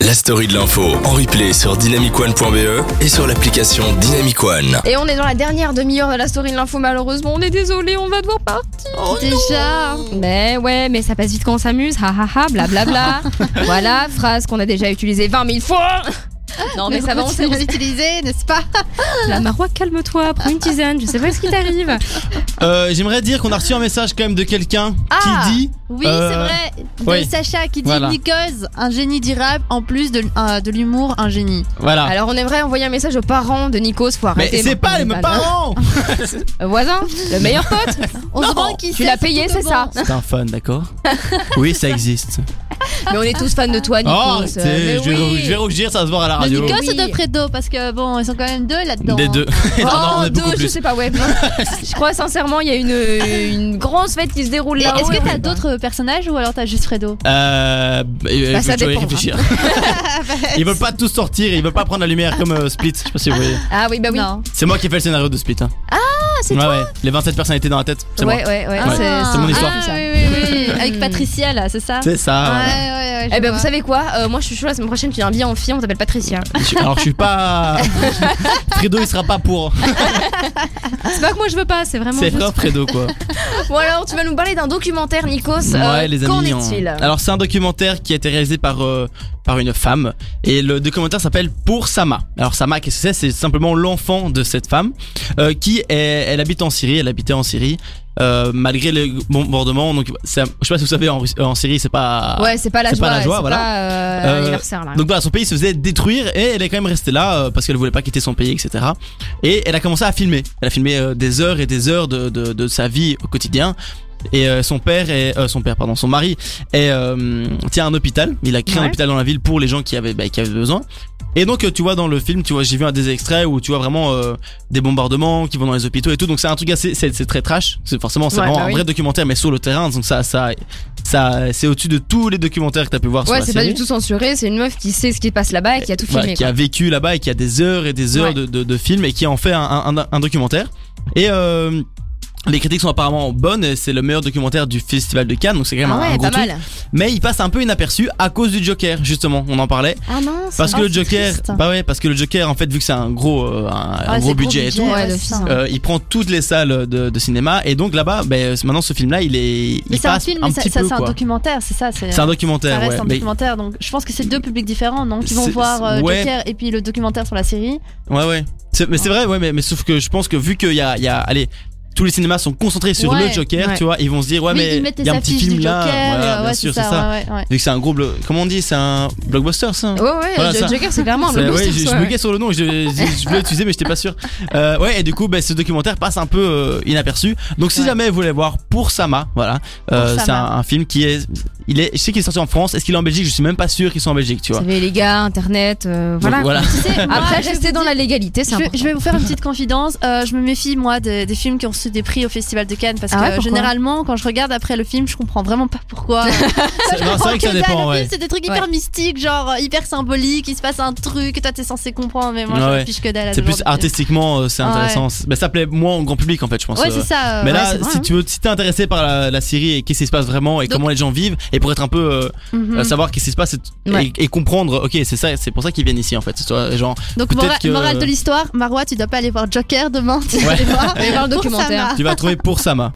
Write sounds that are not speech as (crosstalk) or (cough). la story de l'info en replay sur dynamicone.be E et sur l'application Dynamic One. Et on est dans la dernière demi-heure de la story de l'info malheureusement. On est désolé, on va devoir partir. déjà. Mais ouais, mais ça passe vite quand on s'amuse. Ha ha ha, (laughs) blablabla. voilà, phrase qu'on a déjà utilisée 20 000 fois. Non mais, ça va, on s'est utilisé, n'est-ce pas La Marois, calme-toi, prends une tisane, je sais pas ce qui t'arrive. Euh, J'aimerais dire qu'on a reçu un message quand même de quelqu'un Ah. qui dit Oui, Euh, c'est vrai. De oui. Sacha qui dit Voilà. Because, un génie du rap, en plus de, euh, de l'humour, un génie. voilà. Alors on aimerait envoyer un message aux parents de Nikos, faut Ah. mais arrêter. c'est pas les maintenant, mêmes parents Euh, Voisin, le meilleur pote. On se demande qui Tu c'est, l'as surtout payé, de c'est bon. ça (laughs) C'est un (laughs) fan, d'accord Oui, ça existe. Mais on est tous fans de toi Oh, Nikos. arrêtez, Euh, mais je, vais- oui. je vais rougir, ça va se voir à la De radio. Nikos Oui. ou de Fredo Parce que bon, ils sont quand même deux là-dedans. hein. (laughs) Des deux. non, non, on Oh, est deux, beaucoup je plus. sais (laughs) pas, ouais. je crois sincèrement, il y a une, une grosse fête qui se déroule Et là. Est-ce que t'as d'autres personnages ou alors t'as juste Fredo Euh, bah, euh, Bah, ça je dois y dépend, (laughs) réfléchir. Ah bah. ils veulent pas tous sortir, ils veulent pas prendre la lumière comme euh, Split. Je sais pas si vous voyez. Ah oui, bah oui. Non. C'est moi qui ai fait le scénario de Split. hein. Ah, c'est ouais, toi. ouais. Les 27 personnalités dans la tête, c'est ouais, moi. ouais, ouais, Ah, c'est- c'est mon histoire. Ah, ça. oui, oui, (laughs) oui. Avec Patricia là, c'est ça Ah, C'est ça. Ouais, voilà. ouais, ouais. je Eh ben, vois. vous savez quoi Euh, Moi, je suis chaud la semaine prochaine. Tu viens bien en fille, on t'appelle Patricia. Je- Alors je (laughs) suis pas. Fredo il sera pas pour. Ah, c'est pas que moi je veux pas, c'est vraiment. C'est juste- pas Fredo quoi. Bon alors, tu vas nous parler d'un documentaire, Nikos. Euh, Ouais, les Qu'en amis. on- est-il Alors c'est un documentaire qui a été réalisé par euh, par une femme et le documentaire s'appelle Pour Sama. Alors Sama, qu'est-ce que c'est C'est simplement l'enfant de cette femme euh, qui est, elle habite en Syrie, elle habitait en Syrie euh, malgré les bombardements. Donc c'est- je sais pas si vous savez en, Russie- en Syrie c'est pas Ouais, c'est pas la ah, c'est joie, pas la joie, c'est voilà. pas, euh, Euh, l'anniversaire là. Donc voilà, son pays se faisait détruire et elle est quand même restée là euh, parce qu'elle voulait pas quitter son pays, etc. Et elle a commencé à filmer. Elle a filmé euh, des heures et des heures de, de, de sa vie au quotidien. Et euh, son père est, euh, son père pardon son mari est euh, tient un hôpital il a créé Ouais. un hôpital dans la ville pour les gens qui avaient bah, qui avaient besoin et donc euh, tu vois dans le film tu vois j'ai vu un des extraits où tu vois vraiment euh, des bombardements qui vont dans les hôpitaux et tout donc c'est un truc assez c'est c'est très trash c'est forcément c'est Ouais, vraiment bah un oui. vrai documentaire mais sur le terrain donc ça ça ça c'est au-dessus de tous les documentaires que t'as pu voir sur ouais, la c'est pas série. du tout censuré. C'est une meuf qui sait ce qui se passe là-bas et qui a tout Ouais, filmé. Bah, qui a vécu là-bas et qui a des heures et des heures Ouais. de, de, de films et qui en fait un, un, un- un documentaire. Et euh, les critiques sont apparemment bonnes. et C'est le meilleur documentaire du Festival de Cannes, donc c'est quand quoi. même Ah un- un ouais, gros pas truc. mal. Mais il passe un peu inaperçu à cause du Joker, justement. On en parlait Ah mince. parce que Ah, le c'est Joker, triste. bah ouais, parce que le Joker, en fait, vu que c'est un gros, euh, un, un Ah, Ouais, gros c'est budget et tout. Ouais, ouais, de c'est fils, ça. hein. euh, il prend toutes les salles de, de cinéma et donc là-bas, ben maintenant ce film-là, il est, Mais il c'est un passe film, mais ça, petit ça, peu c'est un quoi. documentaire, c'est ça. C'est euh, C'est un ça documentaire, reste ouais. un mais- documentaire, donc je pense que c'est deux publics différents, non Qui vont C'est- voir euh, ouais. Joker et puis le documentaire sur la série. Ouais, ouais. C'est- mais c'est vrai, ouais, mais, mais sauf que je pense que vu qu'il y a, il y a- allez, tous les cinémas sont concentrés sur Ouais, le Joker, ouais. tu vois, ils vont se dire, ouais, oui, mais ils mettent il les y a un petit affiches film du là, Joker, voilà, euh, bien ouais, sûr, c'est ça. ouais, ouais, ouais. Vu que c'est un gros, blo- comment on dit, c'est un blockbuster, ça. Ouais, ouais, Voilà, le ça. Joker, c'est clairement un C'est- ouais, blockbuster. je, je ouais. buguais sur le nom, je, je- je voulais l'utiliser mais j'étais pas sûr. Euh, ouais, et du coup, ben, ce documentaire passe un peu euh, inaperçu. Donc, si Ouais. jamais vous voulez voir Pour Sama, voilà, euh, Pour c'est un, Sama. un film qui est, il est, je sais qu'il est sorti en France. Est-ce qu'il est en Belgique Je suis même pas sûr qu'il soit en Belgique, tu Vous vois. savez, les gars, internet, euh, Donc, voilà. voilà. Tu (laughs) sais, moi, Après, Ah, je vais rester vous dans dire- la légalité, c'est Je vais, important. je vais vous faire (laughs) une petite confidence. Euh, je me méfie moi des, des films qui ont reçu des prix au Festival de Cannes parce Ah ouais, que euh, pourquoi généralement quand je regarde après le film, je comprends vraiment pas (laughs) pourquoi. Euh, Je C'est non, c'est comprends vrai que ça dalle. dépend, Le ouais. film, C'est des trucs hyper Ouais. mystiques, genre euh, hyper symboliques, il se passe un truc, toi t'es censé comprendre, mais moi Ouais, je ouais. me fiche que dalle. à ce C'est genre plus de film. artistiquement, euh, c'est Ah ouais. intéressant. Mais ça plaît moins au grand public en fait, je pense. Ouais, euh. c'est ça. euh, mais ouais. là, c'est vrai, si hein. tu veux, si t'es intéressé par la, la série et qu'est-ce qui se passe vraiment et Donc- comment les gens vivent et pour être un peu euh, Mhm. euh, savoir qu'est-ce qui se passe et, Ouais. et- et comprendre, ok, c'est ça, c'est pour ça qu'ils viennent ici en fait. C'est toi, genre, Donc peut-être mora- que- morale de l'histoire, Marois, tu dois pas aller voir Joker demain, tu Ouais. vas aller voir, (laughs) Allez voir le Pour documentaire. Sama. tu vas trouver pour Sama.